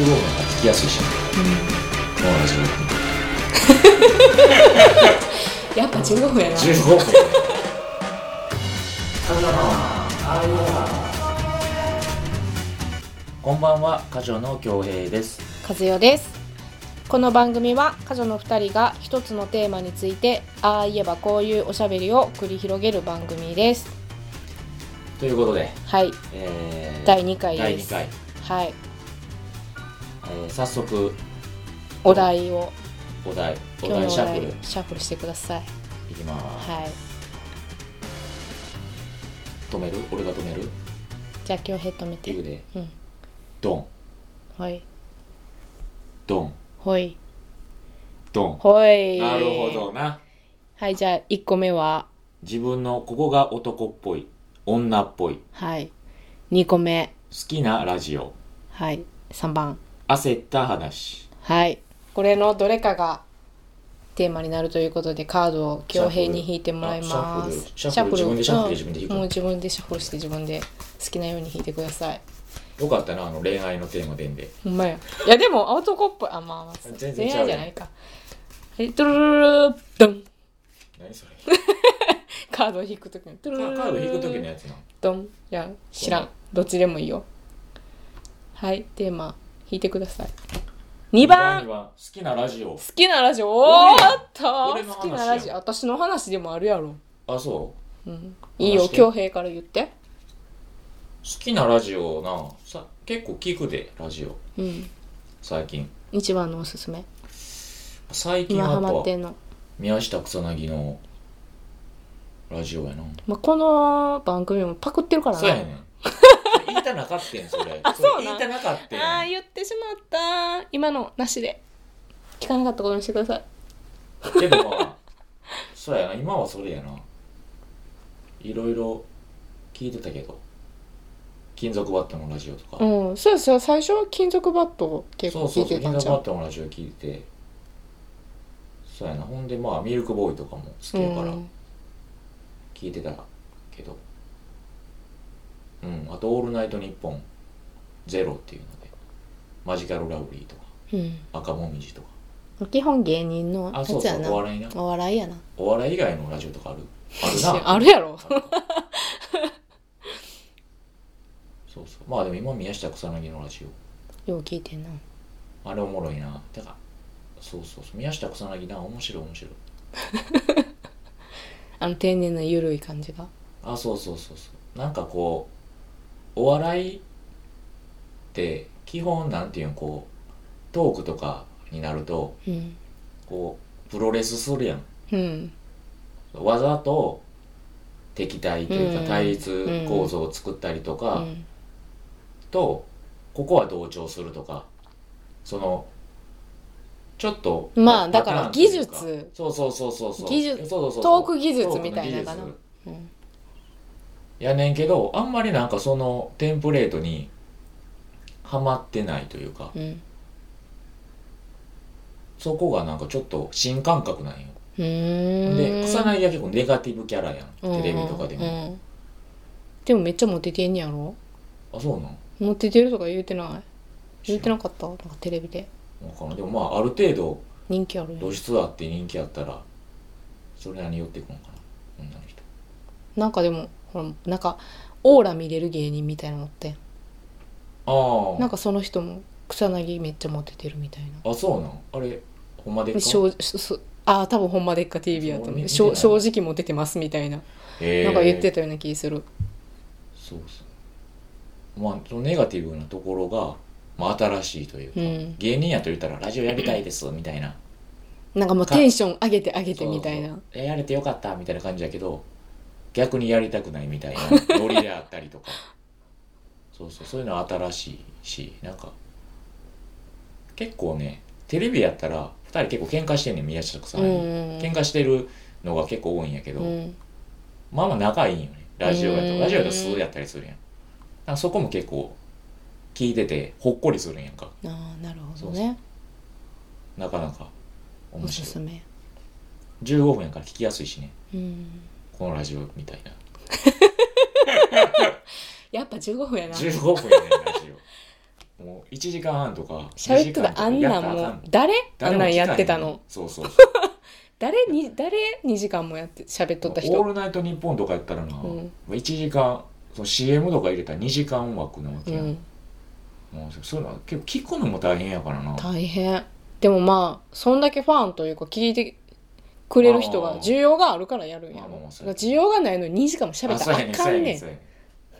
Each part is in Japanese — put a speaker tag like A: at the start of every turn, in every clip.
A: の方がつきやすいし、もう同じように
B: やっぱ15分やな
A: 15分
C: こんばんは、家女の恭平です。
B: 和代ですこの番組は家女の2人が一つのテーマについてああ言えばこういうおしゃべりを繰り広げる番組です
C: ということで、
B: はい
C: えー
B: 第2回
C: 第
B: で
C: 2
B: す
C: 回、
B: はい
C: えー早速
B: お題を
C: お題、お
B: 今日の
C: 題
B: お
C: シャッフル
B: 題シャッフルしてください
C: いきます。
B: はい
C: 止める？俺が止める？
B: じゃあ今日ヘッド見て
C: いくで、
B: うん
C: ドン、
B: はい
C: ドン、
B: ほい
C: ドン。
B: ほい
C: なるほどな。
B: はいじゃあ1個目は
C: 自分のここが男っぽい、女っぽい、好
B: はい2個目
C: きなラジオ、
B: はい3番
C: 焦った話。
B: はいこれのどれかがテーマになるということでカードを恭平に引いてもらいます
C: シャッフルシャッフル自分でシャッフル自分で引く
B: うんもう自分でシャッフルして自分で好きなように引いてください
C: よかったな、あの恋愛のテーマでんで。
B: ほんまやいやでも男っぽいあまあまあそう
C: 全然
B: 恋
C: ちゃ
B: 愛
C: う
B: じ
C: や
B: ゃ
C: ん
B: ないかはいトゥルルルルドン
C: 何それ？
B: カードを引くときにトゥルルルル
C: カード引く時のやつな。
B: ドンいや知らんどっちでもいいよはいテーマ引いてください2番
C: 二には好きなラジオ
B: 好。きなラジオおーっと
C: 俺の話
B: 好きなラジオ
C: や
B: 私の話でもあるやろ
C: あ、そう。
B: うんいいよ
C: 話して
B: 恭平から言って
C: 好きなラジオなさ結構聞くでラジオ
B: うん
C: 最近
B: 一番のおすすめ
C: 最近
B: 今ハ
C: は
B: マっ
C: や
B: て
C: っぱ
B: んの、
C: 宮下草薙のラジオやな
B: まあ、この番組もパクってるから
C: そうやね
B: ね
C: ん言いたなかってんそれ
B: あ
C: それ
B: そう
C: 言
B: なん
C: いたなかってん
B: ああ言ってしまった今のなしで聞かなかったことにしてください
C: でもまあそうやな今はそれやないろいろ聞いてたけど金属バットのラジオとか、
B: うんそうですよ最初は金属バットを結
C: そ
B: 構
C: うそ
B: 聞
C: う
B: い
C: そう
B: て
C: 金
B: たん
C: 属
B: じゃ
C: バッ
B: ん
C: トのラジオ聞いててそうやなほんでまあミルクボーイとかも好きやから、
B: うん
C: 聞いてたけどうんあと「オールナイトニッポンゼロっていうのでマジカルラブリーとか
B: うん
C: 赤もみじとか
B: 基本芸人のや
C: あそう
B: つ
C: そ
B: や
C: う
B: な
C: お笑いな
B: お笑いやな
C: お笑い以外のラジオとかあるあるな
B: あるや ろ
C: そうそうまあでも今宮下草薙のラジ
B: よう聞いてんな
C: オあれおもろいなてかそうそうそう宮下草薙な面白い面白い
B: あの丁寧な緩い感じが
C: あそうそうそうそうなんかこうお笑いって基本なんていうんこうトークとかになると
B: うん
C: こうプロレスするやん
B: うん
C: わざと敵対という
B: うん
C: か対立構造を作ったりと
B: う
C: か
B: ん
C: とここは同調するとかそのちょっと
B: まあ
C: パ
B: だから
C: パターンという
B: 技術
C: そうそうそうそうそう
B: 技術
C: そうそうそう
B: トーク技術みたいなかな
C: トークの技術
B: うん
C: やねんけどあんまりなんかそのテンプレートにはまってないというか
B: うん
C: そこがなんかちょっと新感覚なんよ
B: うーん
C: で草薙は結構ネガティブキャラやんテレビとかで
B: う
C: も
B: んうんでもめっちゃモテてんやろ
C: あそうなん
B: モテてるとか言うてない言うてなかったなんかテレビで
C: わからんでもまあある程度
B: 人気あるんや
C: 露出あって人気あったらそれなりに寄ってくのかな女の人
B: なんかでもほらなんかオーラ見れる芸人みたいなのって
C: あ
B: なんかその人も草薙めっちゃモテてるみたいな
C: ああそうなんあれほんまでっか
B: 正そああ多分ほんまでっか TV やと
C: そう見
B: 思
C: てな
B: う
C: い
B: しょ正直モテてますみたいな
C: えー
B: なんか言ってたような気する
C: そうそうまあそのネガティブなところが、まあ、新しいというか、
B: うん
C: 芸人やと言ったらラジオやりたいですみたいな
B: なんかもう
C: か
B: テンション上げて上げてみたい
C: そう
B: な
C: そうえやれてよかったみたいな感じやけど逆にやりたくないみたい なノリであったりとかそうそうそういうのは新しいしなんか結構ねテレビやったら2人結構喧嘩してんねん宮下草
B: う
C: 薙、
B: ん
C: 喧嘩してるのが結構多いんやけど、
B: うん
C: まあまあ仲いいんよねラジオや
B: う
C: と
B: ん
C: ラジオやと数やったりするやんだからそこも結構聞いててほっこりするんやんか
B: ああなるほ
C: そ
B: ど
C: う
B: ね
C: なかなか面
B: おすす
C: 白い
B: め
C: 15分やから聞きやすいしね
B: うん
C: このラジオみたいな
B: やっぱ15分やな
C: 15分やねラジもう1時間半とか
B: 喋って
C: 2時間と
B: た
C: か
B: あんなん
C: やった
B: も
C: らあか
B: う誰あ
C: 誰も
B: んな
C: 聞か
B: ん
C: へん
B: やってたの
C: そうそう そう
B: 誰に誰2時間もやって喋っとった
C: オー
B: 人
C: ルナイトニッポンとかやったらな、
B: う
C: も
B: ん
C: う1時間その CM とか入れたら2時間枠なわ
B: う
C: けや、
B: ん
C: もうそういうのは結構聞くのも大変やからな
B: 大変でもまあそんだけファンというか聞いてくれる人
C: あー
B: が需要があるからやるんや
C: まあまあま
B: ろ
C: あそうや
B: 需要がないのに2時間も喋
C: あ
B: っ
C: そ
B: た
C: う
B: ら
C: や
B: あ
C: ね
B: かんねん
C: そうや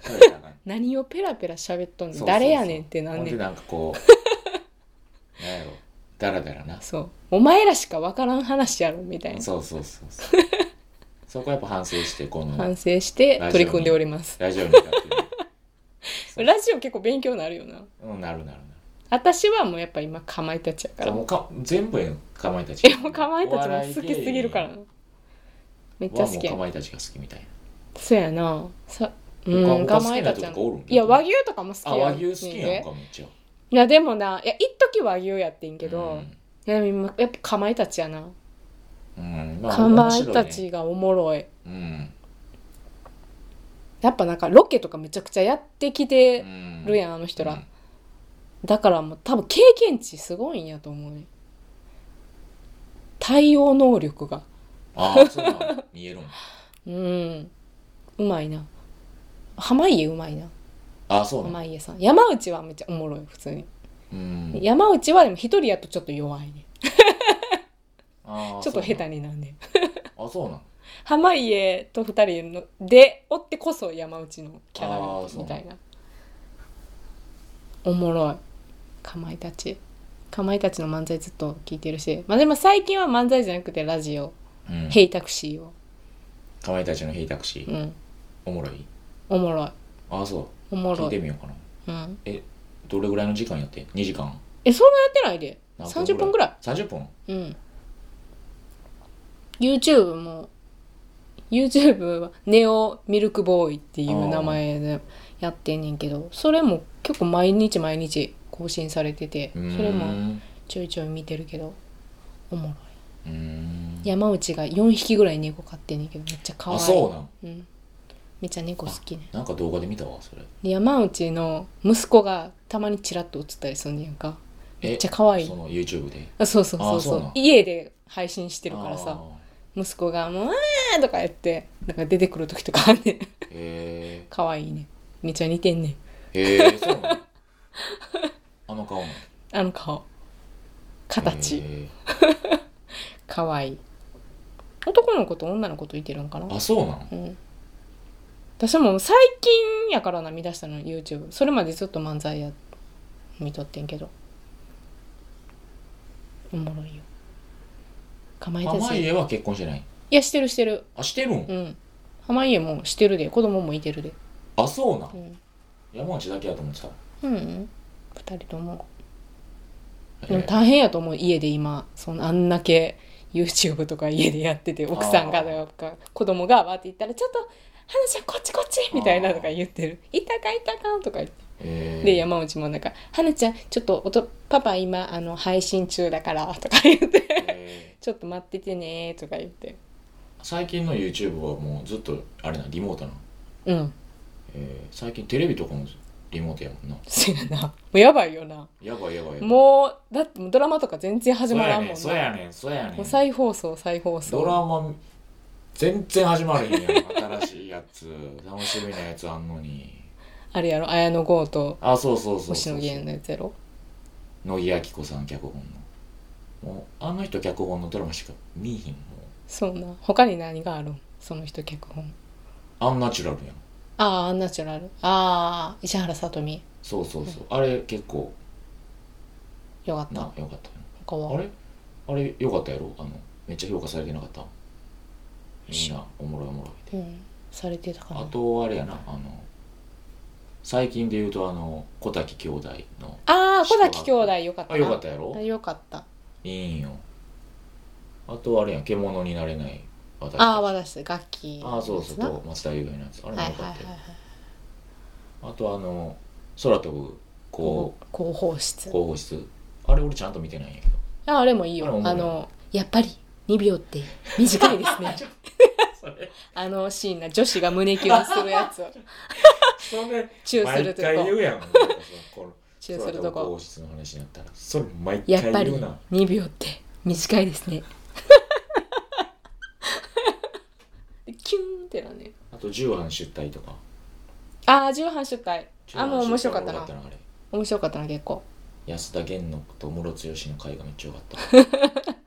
C: そうやそうやあかん
B: 何をペラペラ喋っとんね
C: そうそうそ
B: ん
C: う
B: 誰やねんってなん
C: ほん
B: ね
C: で
B: ん
C: なんかこ うなんやろだらだらな
B: そうお前らしか分からん話やろみたいな
C: そうそうそうそう そこはやっぱ反省してこの
B: 反省して
C: ラジオに
B: 取り組んでおります
C: ラジオに立ってそう
B: ラジオ結構勉強になるよな
C: るうんなるなるなる
B: 私はもうやっぱ今かまいたちやから
C: もうか全部やんかまいたち
B: えもうかまいたちも好きすぎるからなめっちゃ好き
C: は
B: や
C: もうかまいたちが好きみたいな
B: そうやなさう
C: 他
B: ん
C: 他
B: かまいたちや
C: 好きな人と
B: な
C: かおるん
B: いや和牛とかも好きや
C: あ和牛好きやん
B: ねんで
C: かめっちゃ
B: いやでもないや一時和牛やってんけ
C: う
B: ど
C: ん
B: いやでも今やっぱかまいたちやな
C: うんまあ
B: かま
C: 面
B: いた
C: 白ね
B: ちがおもろい
C: うん
B: やっぱなんかロケとかめちゃくちゃやってきて
C: うん
B: るやんあの人
C: う
B: ら
C: ん
B: だからもう多分経験値すごいんやと思うね対応能力が
C: ああそうなの見えるん
B: うんうまいな濱家うまいな
C: ああそうなの
B: 濱家さん山内はめっちゃおもろい普通に
C: うん
B: 山内はでも一人やとちょっと弱いね
C: あー
B: ちょっと下手
C: に
B: になんね
C: あそうなの
B: 濱家と二人のでおってこそ山内のキャ
C: あ
B: ラ
C: ーそう
B: みたいなおもろいかまいたちかまいたちの漫才ずっと聞いてるしまあでも最近は漫才じゃなくてラジオ
C: うん
B: 「ヘイタクシーを」
C: かまいたちのヘイタクシ
B: う
C: ー
B: ん
C: おもろい
B: おもろい
C: ああそう
B: おも
C: 聞
B: ろ
C: いて
B: い、
C: みようかな
B: うん、
C: どれぐらいの時間やって2時間
B: えそんなやってないで
C: 何
B: 30分ぐらい
C: 30分
B: うん。YouTube も、YouTube はネオミルクボーイっていう名前でやってんねんけど、それも結構毎日毎日更新されてて、
C: うーん
B: それもちょいちょい見てるけど、おもろい。
C: うーん
B: 山内が4匹ぐらい猫飼ってんねんけど、めっちゃ可愛
C: あ
B: い。
C: そうなん
B: うん。めっちゃ猫好きね。
C: なんか動画で見たわそれ
B: で山内の息子がたまにチラッと映ったりすんねやんか。
C: え
B: めっちゃ可愛い
C: そ。の YouTube で
B: あそうそうそう
C: あ
B: そ
C: そううなん
B: 家で配信し
C: て
B: てるからさ。息子が「もうあー」とかやってなんか出てくる時とかあんねん
C: へ
B: 可愛いねめっちゃ似てんねん
C: えへえそう なのあの顔の
B: あの顔形
C: へ
B: 可愛い男の子と女の子といてるんかな
C: ーあそうなの
B: うん私も最近やからな見出したの YouTube それまでずっと漫才や見とってんけどおもろいよかまいた
C: 濱
B: ちい
C: 家は結婚してない
B: やしてるしてる
C: あしてるん、
B: うん濱家もしてるで子供もいてるで
C: あそうなん
B: うん
C: 山内だけやと思ってた
B: うん2人ともで
C: へ
B: も
C: ー
B: 大変やと思う家で今そのあんだけ YouTube とか家でやってて奥さんが
C: あー
B: とか子供がわって言ったら「ちょっと花ちゃんこっちこっち」みたいなとか言ってる「いたかいたか」とか言って
C: へー
B: で山内もなんか「花ちゃんちょっとおとパパ今あの配信中だから」とか言って
C: へ
B: 「ちょっと待っててね」とか言って
C: ー最近の YouTube はもうずっとあれなリモートなの
B: うん
C: えー最近テレビとかもリモートやもんな
B: そうやなもうやばいよな
C: やばいやばいやばい
B: もうだってもうドラマとか全然始まらんもん
C: そうや
B: な
C: ねんそうやねん
B: もう
C: そうやねん
B: 再放送再放送
C: ドラマ全然始まるへんやん新しいやつ楽しみなやつあんのに
B: あれやろ綾野剛と
C: あそうそうそう
B: 星
C: そう
B: 野源のやつやろ
C: 乃木明子さん脚本のもうあの人脚本のドラマしか見えへんも
B: そうな他に何があるんその人脚本
C: うアンナチュラルやん
B: ああアンナチュラルああ石原さとみ
C: そうそうそうあれ結構
B: よかっ
C: な
B: た
C: よかったよ
B: 他
C: あ
B: は
C: れあれよかったやろあのめっちゃ評価されてなかったみんなおもろいおもろいって
B: うんされてたか
C: あ
B: な
C: とあれやなあの最近で言うとあの小滝兄弟の
B: ああ小崎兄弟よかった
C: あ
B: な
C: よかったやろ
B: あよかった
C: いいんよあとあれやん獣になれない私たち
B: ああ私楽器
C: ああそうそう
B: なは
C: と松田優也のやつあれ
B: い
C: も
B: は
C: よか
B: い
C: った
B: は
C: よ、
B: いはい
C: あとあの空飛ぶ
B: 広
C: こ
B: 報室
C: う広報室あれ俺ちゃんと見てないんやけど
B: ああれもいい
C: あれ
B: よ
C: も
B: あのやっぱり2秒って短いで すね
C: それ
B: あのシーンな女子が胸キュンするやつを
C: それ
B: チューする
C: 毎
B: と
C: 回言
B: こ
C: うやんなんかそのこの
B: チューすると
C: それは多分
B: こ
C: 皇室の話になったらそれ毎
B: やっぱ
C: 回
B: り
C: 言うな
B: 2秒って短いですねでキュンってなね
C: あと重版出退とか
B: ああ重版出退あ
C: 重版
B: もう面白かった
C: 出退
B: な
C: も良あれ
B: 面白かったな結構
C: 安田源のとムロツヨシの会がめっちゃ良かった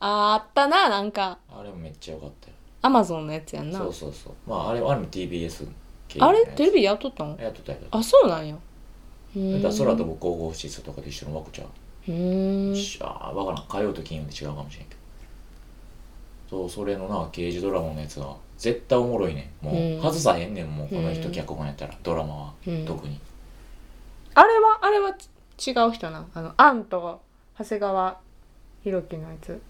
B: あーあったななんか
C: あれもめっちゃ良かったよ
B: アマゾンのやつやんな
C: そうそうそうまああれあれも TBS 系
B: あれテレ
C: ビ
B: ビでやっとったの
C: やっとったやつ
B: あそうなんやうー
C: だ
B: ん
C: から空飛ぶ高校室とかで一緒の枠ちゃう
B: うーん
C: しああ分からん火曜と金曜で違うかもしれんけどそうそれのな刑事ドラマのやつが絶対おもろいねんもう、
B: うん
C: 外さへんねんもうこの人
B: うん
C: 脚本やったらドラマは
B: うん
C: 特に、
B: あれはあれは違う人なあのアンと長谷川博己のやつ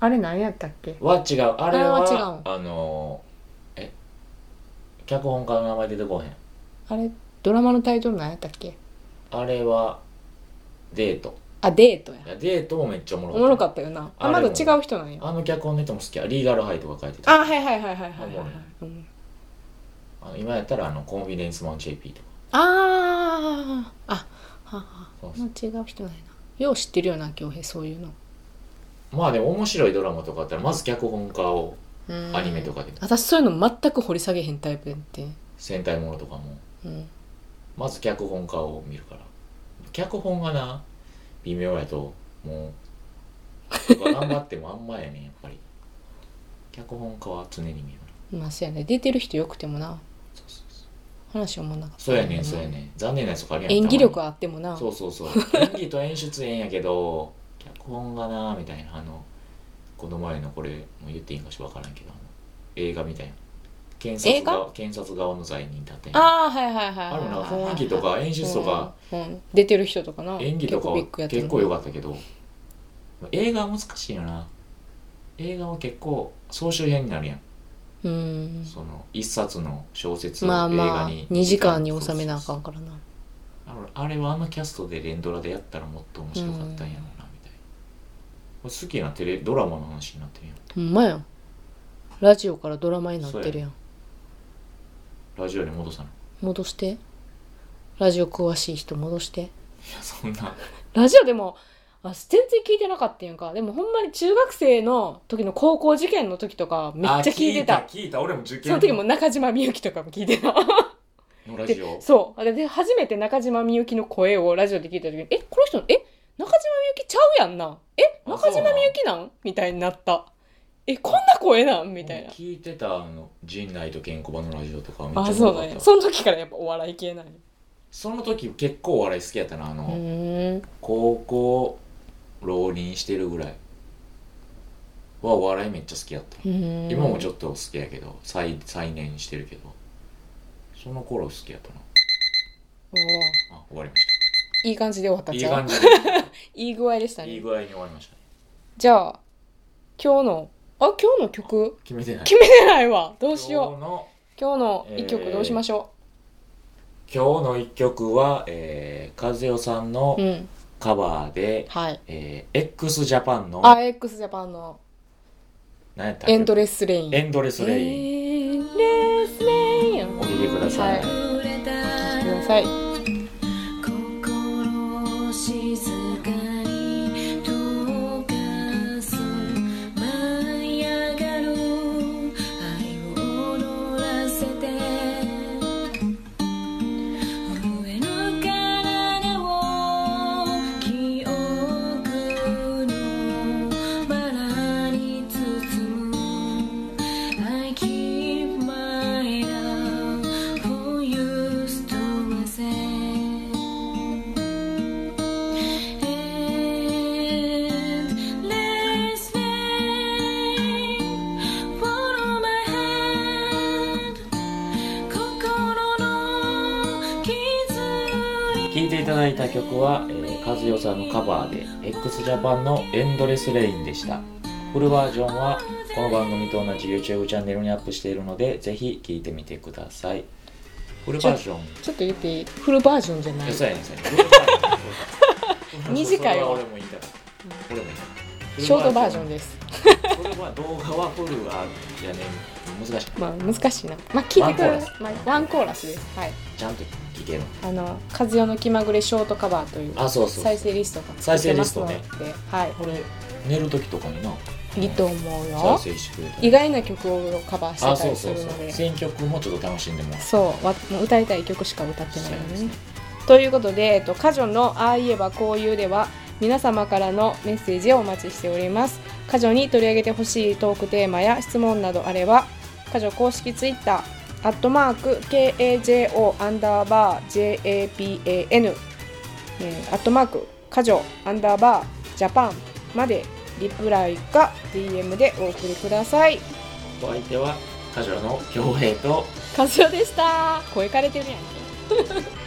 B: あれ何やったっけ
C: は違うあれは
B: あれは違
C: あのーえ脚本家の名前出てこへん
B: あれドラマのタイトル何やったっけ
C: あれはデート
B: あデートや
C: いやデートもめっちゃおもろ
B: おもろか
C: っ
B: ったよな
C: あ
B: あ
C: れ
B: ま
C: も
B: だ違う人なんや
C: たあの脚本の人も好きやリーガルハイとか書いてた
B: あはいはいはいはいはいはい、
C: おもろい
B: うん
C: あの今やったらあのコンフィデンスマン JP とか
B: あーあはは
C: そうそう
B: もう違う人なんやなよう知ってるよな恭平そういうの
C: まあでも面白いドラマとかあったらまず脚本家をアニメと
B: か
C: かで
B: 私そういうの全く掘り下げへんタイプやって、
C: 戦隊ものとかも
B: うん、
C: まず脚本家を見るから脚本がな微妙やともう僕は頑張ってもあんまやねんやっぱり脚本家は常に見るな
B: まあそうやね出てる人よくてもな
C: そうそうそう
B: 話思わなかった
C: そうやねんそうやねん残念なやつとかあるやん
B: 演技力
C: は
B: はあってもな
C: そうそうそう演技と演出ええんやけど脚本がなみたいなあのこの前のこれもう言っていいんかしわからんけどあの映画みたいな検察側検察側の罪人立てん
B: ああはいはいはいはい
C: あるな雰囲気とか演出とか
B: うんうん出てる人とかな
C: 演技とか
B: 結構ビッグや
C: は
B: ってる
C: 結構良かったけど映画は難しいよな映画は結構総集編になるやん
B: うん
C: その一冊の小説を映
B: まあ
C: 画に、
B: まあ2時間に収めなあかん
C: そう
B: からな
C: そうそうあのあれはあのキャストで連ドラでやったらもっと面白かったんやろうなみたいなこれ好きなテレドラマの話になってるやん
B: ほんまやんラジオからドラマになってるやん
C: ラジオに戻さな
B: 戻してラジオ詳しい人戻して
C: いやそんな
B: ラジオでもあ全然聞いてなかったやんかでもほんまに中学生の時の高校受験の時とかめっちゃ聞いて
C: あ
B: た
C: 聞いた聞いた俺も受
B: その
C: 験
B: 時も中島みゆきとかも聞いてた
C: のラ
B: で
C: ジオ
B: そうでで初めて中島みゆきの声をラジオで聞いた時に「えこの人え中島みゆきちゃうやんなえ
C: あ
B: 中島みゆきなん?」みたいになった「えこんな声なん?」みたいな
C: 聞いてたあの陣内とケンコバのラジオとかめっちゃ
B: あ
C: 面
B: そ
C: 白
B: う
C: か
B: な
C: っ
B: ん
C: た
B: やその時からやっぱお笑い系なんや
C: その時結構お笑い好きやったなあの、
B: うん
C: 高校浪人してるぐらいはお笑いめっちゃ好きやった、今もち
B: ょっ
C: ょっと好きやけど再再燃してるけどその頃好きやったなあ終わりまし
B: いい感じで終わったたん
C: いい
B: ちゃう
C: 感じ
B: いい具合でした
C: でいい
B: ね
C: 具合に終わりましたね
B: じゃあ今日のあ今日の曲
C: 決めてない
B: 決めてないわどうし
C: 今
B: よう
C: 日の
B: 今日の一曲どうしましょ
C: 今日の一曲は、えー、和代さんの
B: う、うん
C: カバーで、
B: はい
C: えー、x ジャパンの
B: あ x ジャパンの
C: 何やったっけ
B: エンドレスレイン
C: エンドレスレイン、
B: エンドレスレイン
C: お聴きください、
B: はいお聴きください
D: 心を静かに溶かす舞い上がる愛を踊らせて震える体を記憶のバラに包む I keep my love for you to myself and let's follow my hand 心の傷に
C: 聴いていただいた曲は、えー、和代さんのカバーで x ジャパンの「エンドレスレイン」でしたフルバージョンはこの番組と同じ YouTube チャンネルにアップしているのでぜひ聴いてみてくださいフルバージョン
B: ちょっと言っていいフルバージョンじゃない
C: えそうやねんそうやねんフルバージョン
B: 短いわ
C: それは俺も言いたい俺も言いたい
B: ショートバージョンです
C: これは動画はフルはやねん難しい
B: まあ難しいな。まあ聞いてく
C: ワンコー
B: れ
C: ラス
B: まあワンコーラスです。はい。
C: ちゃんと聞ける
B: あの「和代の気まぐれショートカバー」という
C: あそうそう
B: 再生リストが作ってますので、
C: 再
B: は
C: これ寝る時とかにない
B: いいと思う
C: 再
B: よ
C: 生してくれた
B: 意
C: り
B: 外な曲をカバー
C: あ
B: してた
C: そう
B: りす
C: そう
B: るの
C: そう
B: で
C: 選曲もちょっと楽しんでもらう
B: そうわもう歌いたい曲しか歌ってないよ
C: そうです
B: ね
C: ね。
B: ということで、えっと、カジョンの「ああ言えばこう言う」では皆様からのメッセージをお待ちしております。カジョンに取り上げてほしいトークテーマや質問などあればカジョン公式ツイッターアットマーク KAJO アンダーバー JAPAN えーアットマークカジョアンダーバージャパンまでリプライか DM でお送りください。
C: お相手はカジュアルの恭平と
B: カジョでした。声かれてるやんけ。